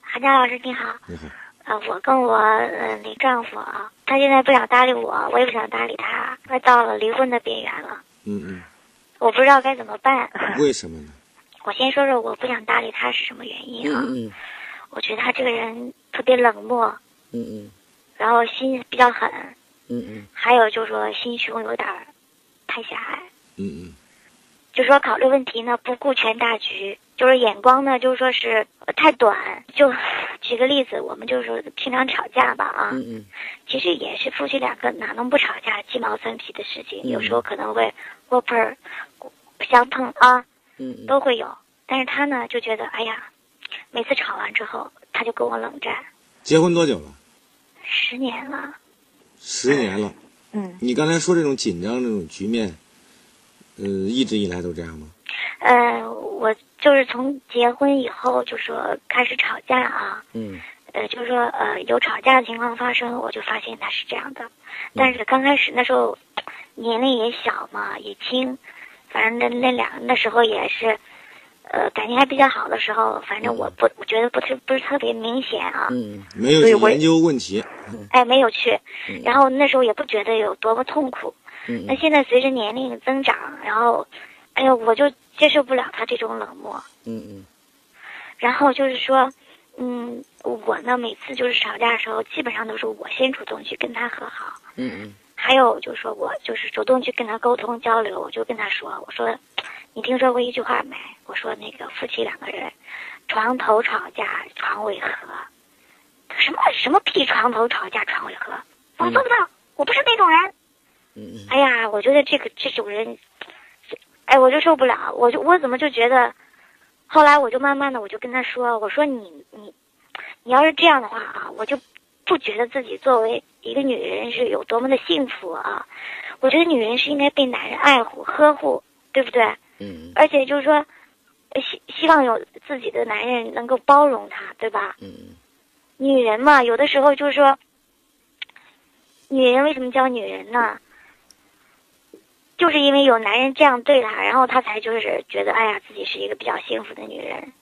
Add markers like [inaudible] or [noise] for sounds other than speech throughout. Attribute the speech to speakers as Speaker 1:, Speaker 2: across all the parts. Speaker 1: 韩啊江老师你好，
Speaker 2: 你好，
Speaker 1: 呃，我跟我呃女丈夫啊，他现在不想搭理我，我也不想搭理他，快到了离婚的边缘了，
Speaker 2: 嗯
Speaker 1: 我不知道该怎
Speaker 3: [laughs]
Speaker 1: 么办。
Speaker 2: 嗯，为什么呢？
Speaker 1: 我先说说我不想搭理他是什么原因啊？
Speaker 3: 嗯
Speaker 1: 我觉得他这个人特别冷漠，
Speaker 3: 嗯嗯
Speaker 1: 然后心比较狠，
Speaker 3: 嗯嗯
Speaker 1: 还有就是说心胸有点儿太狭隘，
Speaker 2: 嗯嗯
Speaker 1: 就说考虑问题呢不顾全大局，就是眼光呢就是说是呃太短。就 [laughs] 举个例子，我们就是平常吵架吧啊，
Speaker 3: 嗯嗯
Speaker 1: 其实也是夫妻两个哪能不吵架，鸡毛蒜皮的事情，
Speaker 3: 嗯
Speaker 1: 有时候可能会窝盆儿相碰啊，
Speaker 3: 嗯嗯
Speaker 1: 都会有。但是他呢就觉得，哎呀，每次吵完之后，他就跟我冷战，
Speaker 2: 结婚多久了？
Speaker 1: 十年了，
Speaker 2: 十年了。
Speaker 4: 嗯，
Speaker 2: 你刚才说这种紧张这种局面，呃，一直以来都这样吗？
Speaker 1: 呃，我就是从结婚以后就说开始吵架啊，
Speaker 3: 嗯
Speaker 1: 呃，就是说呃有吵架的情况发生，我就发现他是这样的。但是刚开始那时候年龄也小嘛，也轻，反正那那两那时候也是，呃，感情还比较好的时候，反正我不我觉得不是不是特别明显啊，
Speaker 3: 嗯
Speaker 2: 没有
Speaker 4: 对
Speaker 2: 去
Speaker 4: 我
Speaker 2: 研究问题。
Speaker 1: 哎，没有去，然后那时候也不觉得有多么痛苦。
Speaker 3: 嗯
Speaker 1: 那现在随着年龄增长，然后，哎呦，我就接受不了他这种冷漠。
Speaker 3: 嗯
Speaker 1: 然后就是说，嗯，我呢每次就是吵架的时候，基本上都是我先主动去跟他和好，
Speaker 3: 嗯
Speaker 1: 还有就是说我就是主动去跟他沟通交流，我就跟他说，我说，你听说过一句话没？我说那个夫妻两个人，床头吵架床尾和，什么什么屁床头吵架床尾和，我做不到，我不是那种人。
Speaker 3: 嗯
Speaker 1: 哎呀，我觉得这个这种人，哎，我就受不了，我就我怎么就觉得，后来我就慢慢的我就跟他说，我说你你，你要是这样的话啊，我就不觉得自己作为一个女人是有多么的幸福啊，我觉得女人是应该被男人爱护呵护，对不对？
Speaker 3: 嗯
Speaker 1: 而且就是说，希希望有自己的男人能够包容她，对吧？
Speaker 3: 嗯
Speaker 1: 女人嘛，有的时候就是说，女人为什么叫女人呢？就是因为有男人这样对她，然后她才就是觉得，哎呀，自己是一个比较幸福的女人，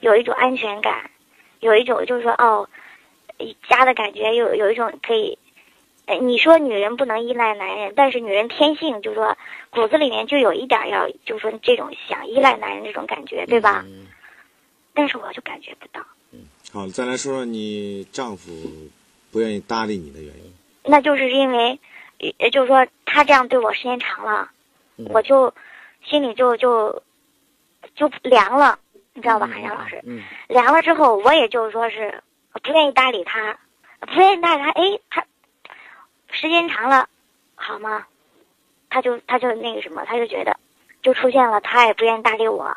Speaker 1: 有一种安全感，有一种就是说，哦，家的感觉，有有一种可以。呃你说女人不能依赖男人，但是女人天性就是说骨子里面就有一点儿要，就是说这种想依赖男人这种感觉，对吧？
Speaker 3: 嗯
Speaker 1: 但是我就感觉不到。
Speaker 2: 好，再来说说你丈夫不愿意搭理你的原因。
Speaker 1: 那就是因为，呃，就是说他这样对我时间长了，
Speaker 3: 嗯
Speaker 1: 我就心里就就就凉了，你知道吧，韩江老师？
Speaker 3: 嗯
Speaker 1: 凉了之后，我也就是说是不愿意搭理他，不愿意搭理他。哎，他时间长了，好吗？他就他就那个什么，他就觉得就出现了，他也不愿意搭理我，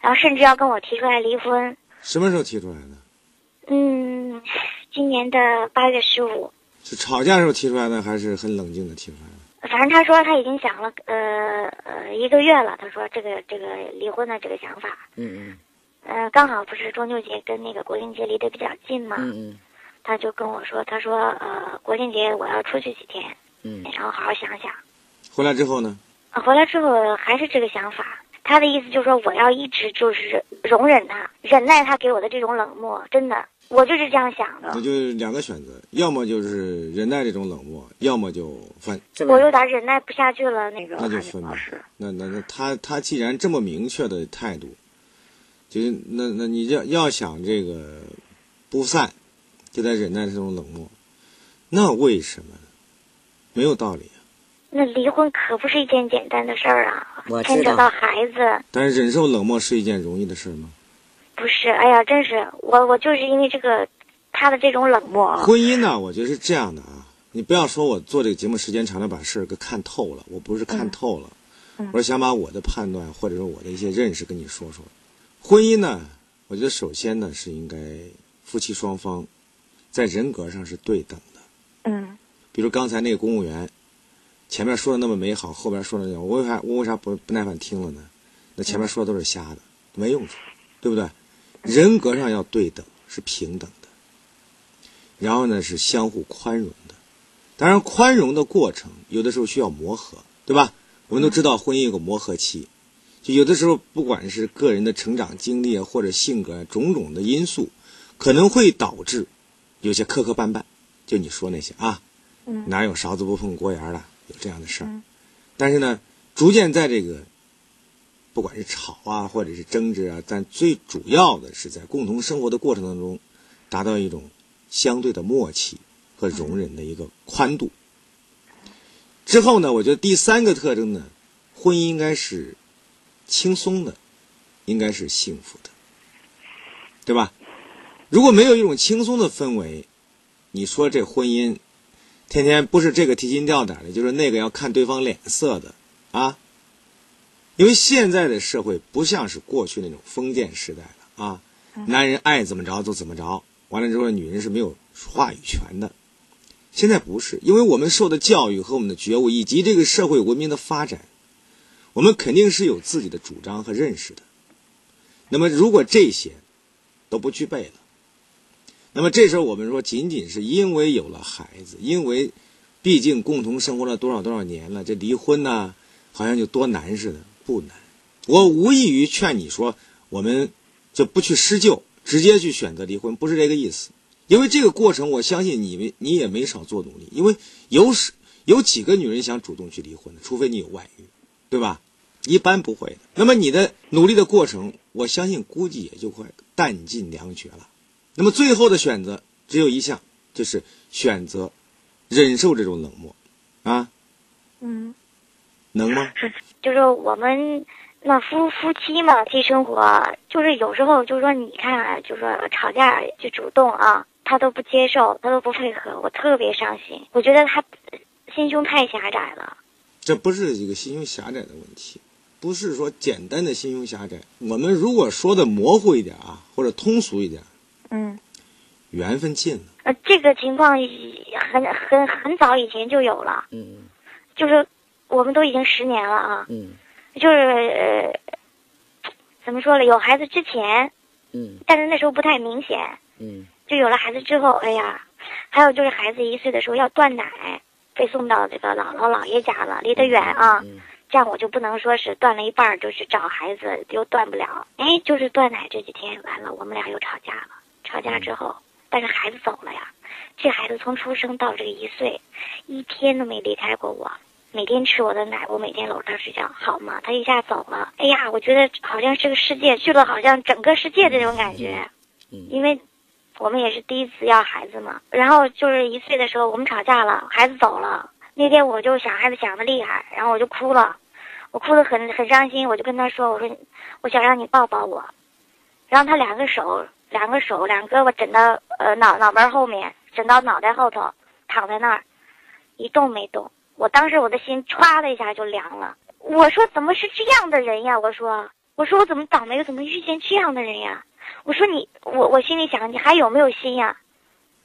Speaker 1: 然后甚至要跟我提出来离婚。
Speaker 2: 什么时候提出来的？
Speaker 1: 嗯，今年的八月十五，
Speaker 2: 是吵架时候提出来的，还是很冷静的提出来的？
Speaker 1: 反正他说他已经想了呃呃一个月了，他说这个这个离婚的这个想法，
Speaker 3: 嗯
Speaker 1: 呃，刚好不是中秋节跟那个国庆节离得比较近嘛，
Speaker 3: 嗯
Speaker 1: 他就跟我说，他说呃国庆节我要出去几天，
Speaker 3: 嗯
Speaker 1: 然后好好想想。
Speaker 2: 回来之后呢？
Speaker 1: 呃回来之后还是这个想法，他的意思就是说我要一直就是容忍他，忍耐他给我的这种冷漠，真的，我就是这样想
Speaker 4: 啊
Speaker 1: 的
Speaker 2: 那，就是两个选择，要么就是忍耐这种冷漠，要么就分。
Speaker 3: 这
Speaker 1: 我有点忍耐不下去了那个
Speaker 2: 那就
Speaker 1: 韩
Speaker 2: 分
Speaker 1: 老
Speaker 2: 吧
Speaker 1: 师。。
Speaker 2: 那那那他他既然这么明确的态度，就是那那你要要想这个不散，就得忍耐这种冷漠。那为什么呢？没有道理啊、
Speaker 1: 那离婚可不是一件简单的事儿啊
Speaker 3: 我，知
Speaker 1: 牵扯
Speaker 3: 道
Speaker 1: 到孩子。
Speaker 2: 但是忍受冷漠是一件容易的事儿吗？
Speaker 1: 不是，哎呀，真是我，我就是因为这个，他的这种冷漠啊，
Speaker 2: 婚姻呢，我觉得是这样的啊，你不要说我做这个节目时间长了把事儿给看透了，我不是看透了，我是想把我的判断或者说我的一些认识跟你说说。婚姻呢，我觉得首先呢是应该夫妻双方在人格上是对等的，
Speaker 4: 嗯
Speaker 2: 比如刚才那个公务员，前面说的那么美好，后边说的那样，我为啥我为啥不不耐烦听了呢？那前面说的都是瞎的，没用处，对不对？人格上要对等，是平等的，然后呢是相互宽容的。当然，宽容的过程有的时候需要磨合，对吧？我们都知道婚姻有个磨合期，就有的时候不管是个人的成长经历啊，或者性格啊种种的因素，可能会导致有些磕磕绊绊。就你说那些啊，
Speaker 3: 嗯
Speaker 2: 哪有勺子不碰锅沿儿的，有这样的事儿。
Speaker 3: 嗯
Speaker 2: 但是呢，逐渐在这个不管是吵啊，或者是争执啊，但最主要的是在共同生活的过程当中，达到一种相对的默契和容忍的一个宽度。
Speaker 3: 嗯
Speaker 2: 之后呢，我觉得第三个特征呢，婚姻应该是轻松的，应该是幸福的，对吧？如果没有一种轻松的氛围，你说这婚姻天天不是这个提心吊胆的，就是那个要看对方脸色的啊。因为现在的社会不像是过去那种封建时代了啊，男人爱怎么着就怎么着，完了之后女人是没有话语权的。现在不是，因为我们受的教育和我们的觉悟，以及这个社会文明的发展，我们肯定是有自己的主张和认识的。那么，如果这些都不具备了，那么这时候我们说，仅仅是因为有了孩子，因为毕竟共同生活了多少多少年了，这离婚呐，好像就多难似的，不难。我无异于劝你说，我们就不去施救，直接去选择离婚，不是这个意思。因为这个过程，我相信你们你也没少做努力，因为有是有几个女人想主动去离婚的，除非你有外遇，对吧？一般不会的。那么你的努力的过程，我相信估计也就快弹尽粮绝了。那么最后的选择只有一项，就是选择忍受这种冷漠，啊，
Speaker 3: 嗯
Speaker 2: 能吗？
Speaker 1: 就是我们那夫夫妻嘛，夫妻生活就是有时候就是说，你看啊，就是说吵架就主动啊，他都不接受，他都不配合，我特别伤心。我觉得他呃心胸太狭窄了。
Speaker 2: 这不是一个心胸狭窄的问题，不是说简单的心胸狭窄。我们如果说的模糊一点啊，或者通俗一点，
Speaker 3: 嗯
Speaker 2: 缘分尽了。
Speaker 1: 呃，这个情况已很很很早以前就有了，
Speaker 4: 嗯
Speaker 1: 就是我们都已经十年了啊，
Speaker 4: 嗯
Speaker 1: 就是呃，怎么说了，有孩子之前，
Speaker 4: 嗯
Speaker 1: 但是那时候不太明显，
Speaker 4: 嗯
Speaker 1: 就有了孩子之后，哎呀，还有就是孩子一岁的时候要断奶，被送到这个姥姥姥爷家了，离得远啊，
Speaker 4: 嗯
Speaker 1: 这样我就不能说是断了一半儿就去找孩子又断不了，哎，就是断奶这几天完了，我们俩又吵架了，吵
Speaker 4: 嗯
Speaker 1: 架之后，但是孩子走了呀，这孩子从出生到这个一岁，一天都没离开过我。每天吃我的奶，我每天搂着他睡觉，好吗？他一下走了，哎呀，我觉得好像这个世界去了，好像整个世界这种感觉。
Speaker 4: 嗯
Speaker 1: 因为我们也是第一次要孩子嘛。然后就是一岁的时候，我们吵架了，孩子走了。那天我就想孩子想的厉害，然后我就哭了，我哭得很很伤心。我就跟他说：“我说我想让你抱抱我。”然后他两个手，两个手，两个胳膊枕到呃脑脑门后面，枕到脑袋后头，躺在那儿一动没动。我当时我的心歘的一下就凉了。我说怎么是这样的人呀？我说我说我怎么倒霉，我怎么遇见这样的人呀？我说你，我我心里想，你还有没有心呀、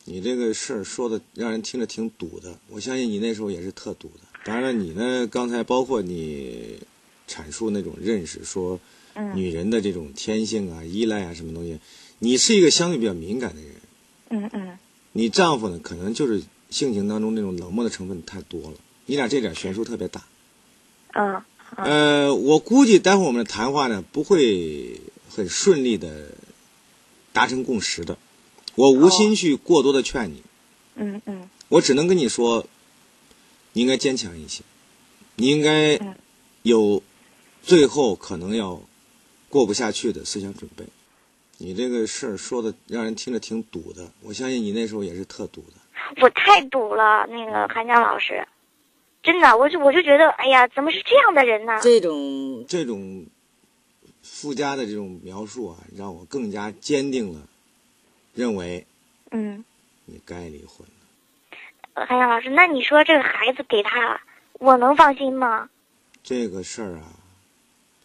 Speaker 2: 你这个事儿说的让人听着挺堵的，我相信你那时候也是特堵的。当然了，你呢，刚才包括你阐述那种认识，说
Speaker 3: 嗯
Speaker 2: 女人的这种天性啊、依赖啊什么东西，你是一个相对比较敏感的人，
Speaker 3: 嗯嗯
Speaker 2: 你丈夫呢，可能就是性情当中那种冷漠的成分太多了，你俩这点悬殊特别大。
Speaker 3: 嗯
Speaker 2: 呃，我估计待会儿我们的谈话呢不会很顺利的达成共识的，我
Speaker 3: 哦
Speaker 2: 无心去过多的劝你，
Speaker 3: 嗯嗯
Speaker 2: 我只能跟你说，你应该坚强一些，你应该有最后可能要过不下去的思想准备。你这个事儿说的让人听着挺堵的，我相信你那时候也是特堵的。
Speaker 1: 我太堵了，那个韩江老师，真的，我就我就觉得，哎呀，怎么是这样的人呢？
Speaker 4: 这种
Speaker 2: 这种附加的这种描述啊，让我更加坚定了认为
Speaker 3: 嗯
Speaker 2: 你该离婚了。
Speaker 1: 呃韩江老师，那你说这个孩子给他，我能放心吗？
Speaker 2: 这个事儿啊，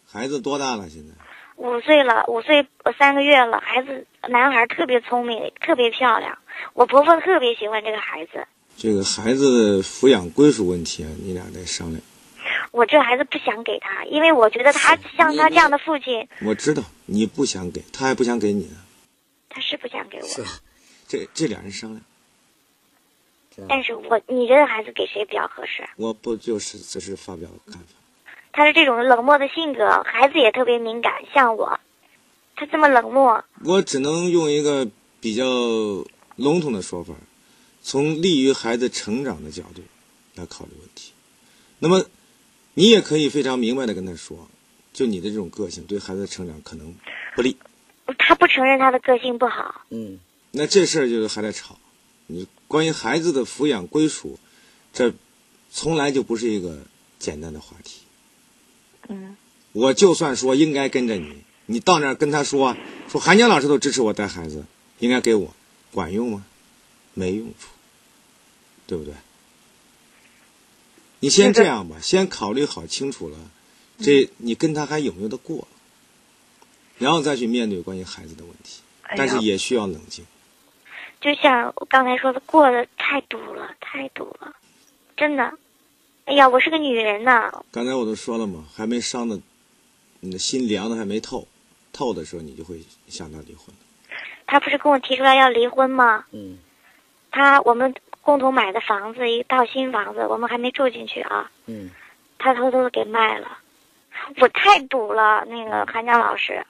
Speaker 2: 孩子多大了？现在
Speaker 1: 五岁了，五岁呃三个月了，孩子男孩特别聪明，特别漂亮，我婆婆特别喜欢这个孩子，
Speaker 2: 这个孩子抚养归属问题啊，你俩得商量。
Speaker 1: 我这孩子不想给他，因为我觉得他像他这样的父亲，
Speaker 2: 我知道你不想给他，还不想给你呢。
Speaker 1: 他是不想给我，
Speaker 4: 是
Speaker 2: 这这俩人商量，
Speaker 1: 但是我你这个孩子给谁比较合适啊？
Speaker 2: 我不就是只是发表看法。
Speaker 1: 他是这种冷漠的性格，孩子也特别敏感，像我，他这么冷漠，
Speaker 2: 我只能用一个比较笼统的说法，从利于孩子成长的角度来考虑问题。那么，你也可以非常明白的跟他说，就你的这种个性对孩子的成长可能不利。
Speaker 1: 他不承认他的个性不好，
Speaker 4: 嗯
Speaker 2: 那这事儿就是还在吵。你关于孩子的抚养归属，这从来就不是一个简单的话题。
Speaker 3: 嗯
Speaker 2: 我就算说应该跟着你，你到那儿跟他说说韩江老师都支持我带孩子，应该给我，管用吗？没用处，对不对？你先这样吧，先考虑好清楚了，这
Speaker 3: 嗯
Speaker 2: 你跟他还有没有得过，然后再去面对关于孩子的问题，
Speaker 3: 哎呀
Speaker 2: 但是也需要冷静。
Speaker 1: 就像我刚才说的，过得太毒了，太毒了，真的。哎呀，我是个女人呐，
Speaker 2: 刚才我都说了嘛，还没伤的，你的心凉的还没透，透的时候你就会想到离婚了。
Speaker 1: 他不是跟我提出来要离婚吗？
Speaker 4: 嗯
Speaker 1: 他我们共同买的房子，一套新房子，我们还没住进去啊，
Speaker 4: 嗯
Speaker 1: 他偷偷的给卖了。我太毒了，那个韩江老师，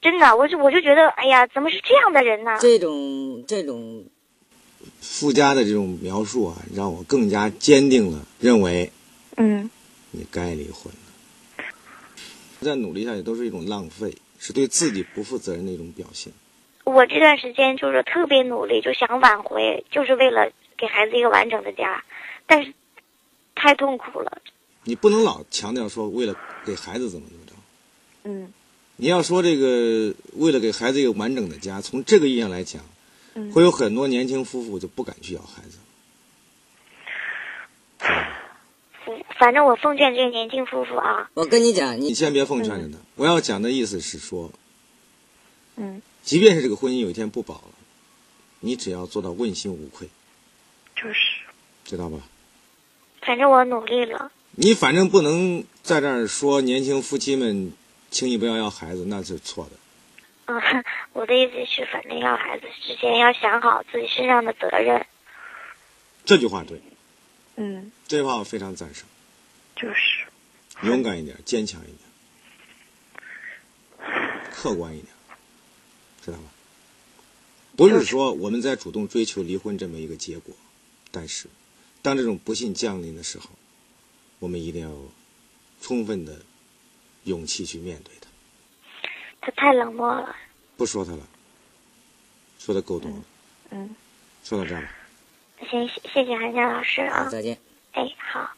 Speaker 1: 真的，我就我就觉得，哎呀，怎么是这样的人呢？
Speaker 4: 这种这种
Speaker 2: 附加的这种描述啊，让我更加坚定了认为
Speaker 3: 嗯
Speaker 2: 你该离婚了。再努力下去都是一种浪费，是对自己不负责任的一种表现。
Speaker 1: 我这段时间就是特别努力，就想挽回，就是为了给孩子一个完整的家，但是太痛苦了。
Speaker 2: 你不能老强调说为了给孩子怎么怎么着，
Speaker 3: 嗯
Speaker 2: 你要说这个为了给孩子一个完整的家，从这个意义上来讲，
Speaker 3: 嗯
Speaker 2: 会有很多年轻夫妇就不敢去要孩子。
Speaker 1: 嗯反正我奉劝这个年轻夫妇啊，
Speaker 4: 我跟你讲，
Speaker 2: 你
Speaker 4: 你
Speaker 2: 先别奉劝着他，我要讲的意思是说，
Speaker 3: 嗯，
Speaker 2: 即便是这个婚姻有一天不保了，你只要做到问心无愧，
Speaker 3: 就是
Speaker 2: 知道吧？
Speaker 1: 反正我努力了，
Speaker 2: 你反正不能在这儿说年轻夫妻们轻易不要要孩子，那是错的。
Speaker 1: 嗯，我的意思是，反正要孩子之前要想好自己身上的责任。
Speaker 2: 这句话对，
Speaker 3: 嗯
Speaker 2: 这句话我非常赞赏。
Speaker 3: 就是
Speaker 2: 勇敢一点，坚强一点，客观一点，知道吧？不是说我们在主动追求离婚这么一个结果，但是当这种不幸降临的时候，我们一定要有充分的勇气去面对它。
Speaker 1: 他太冷漠了，
Speaker 2: 不说他了，说的够多了，
Speaker 3: 嗯。
Speaker 2: 说到这儿吧。
Speaker 1: 行，谢谢韩江老师啊，
Speaker 4: 再见。
Speaker 1: 哎，好。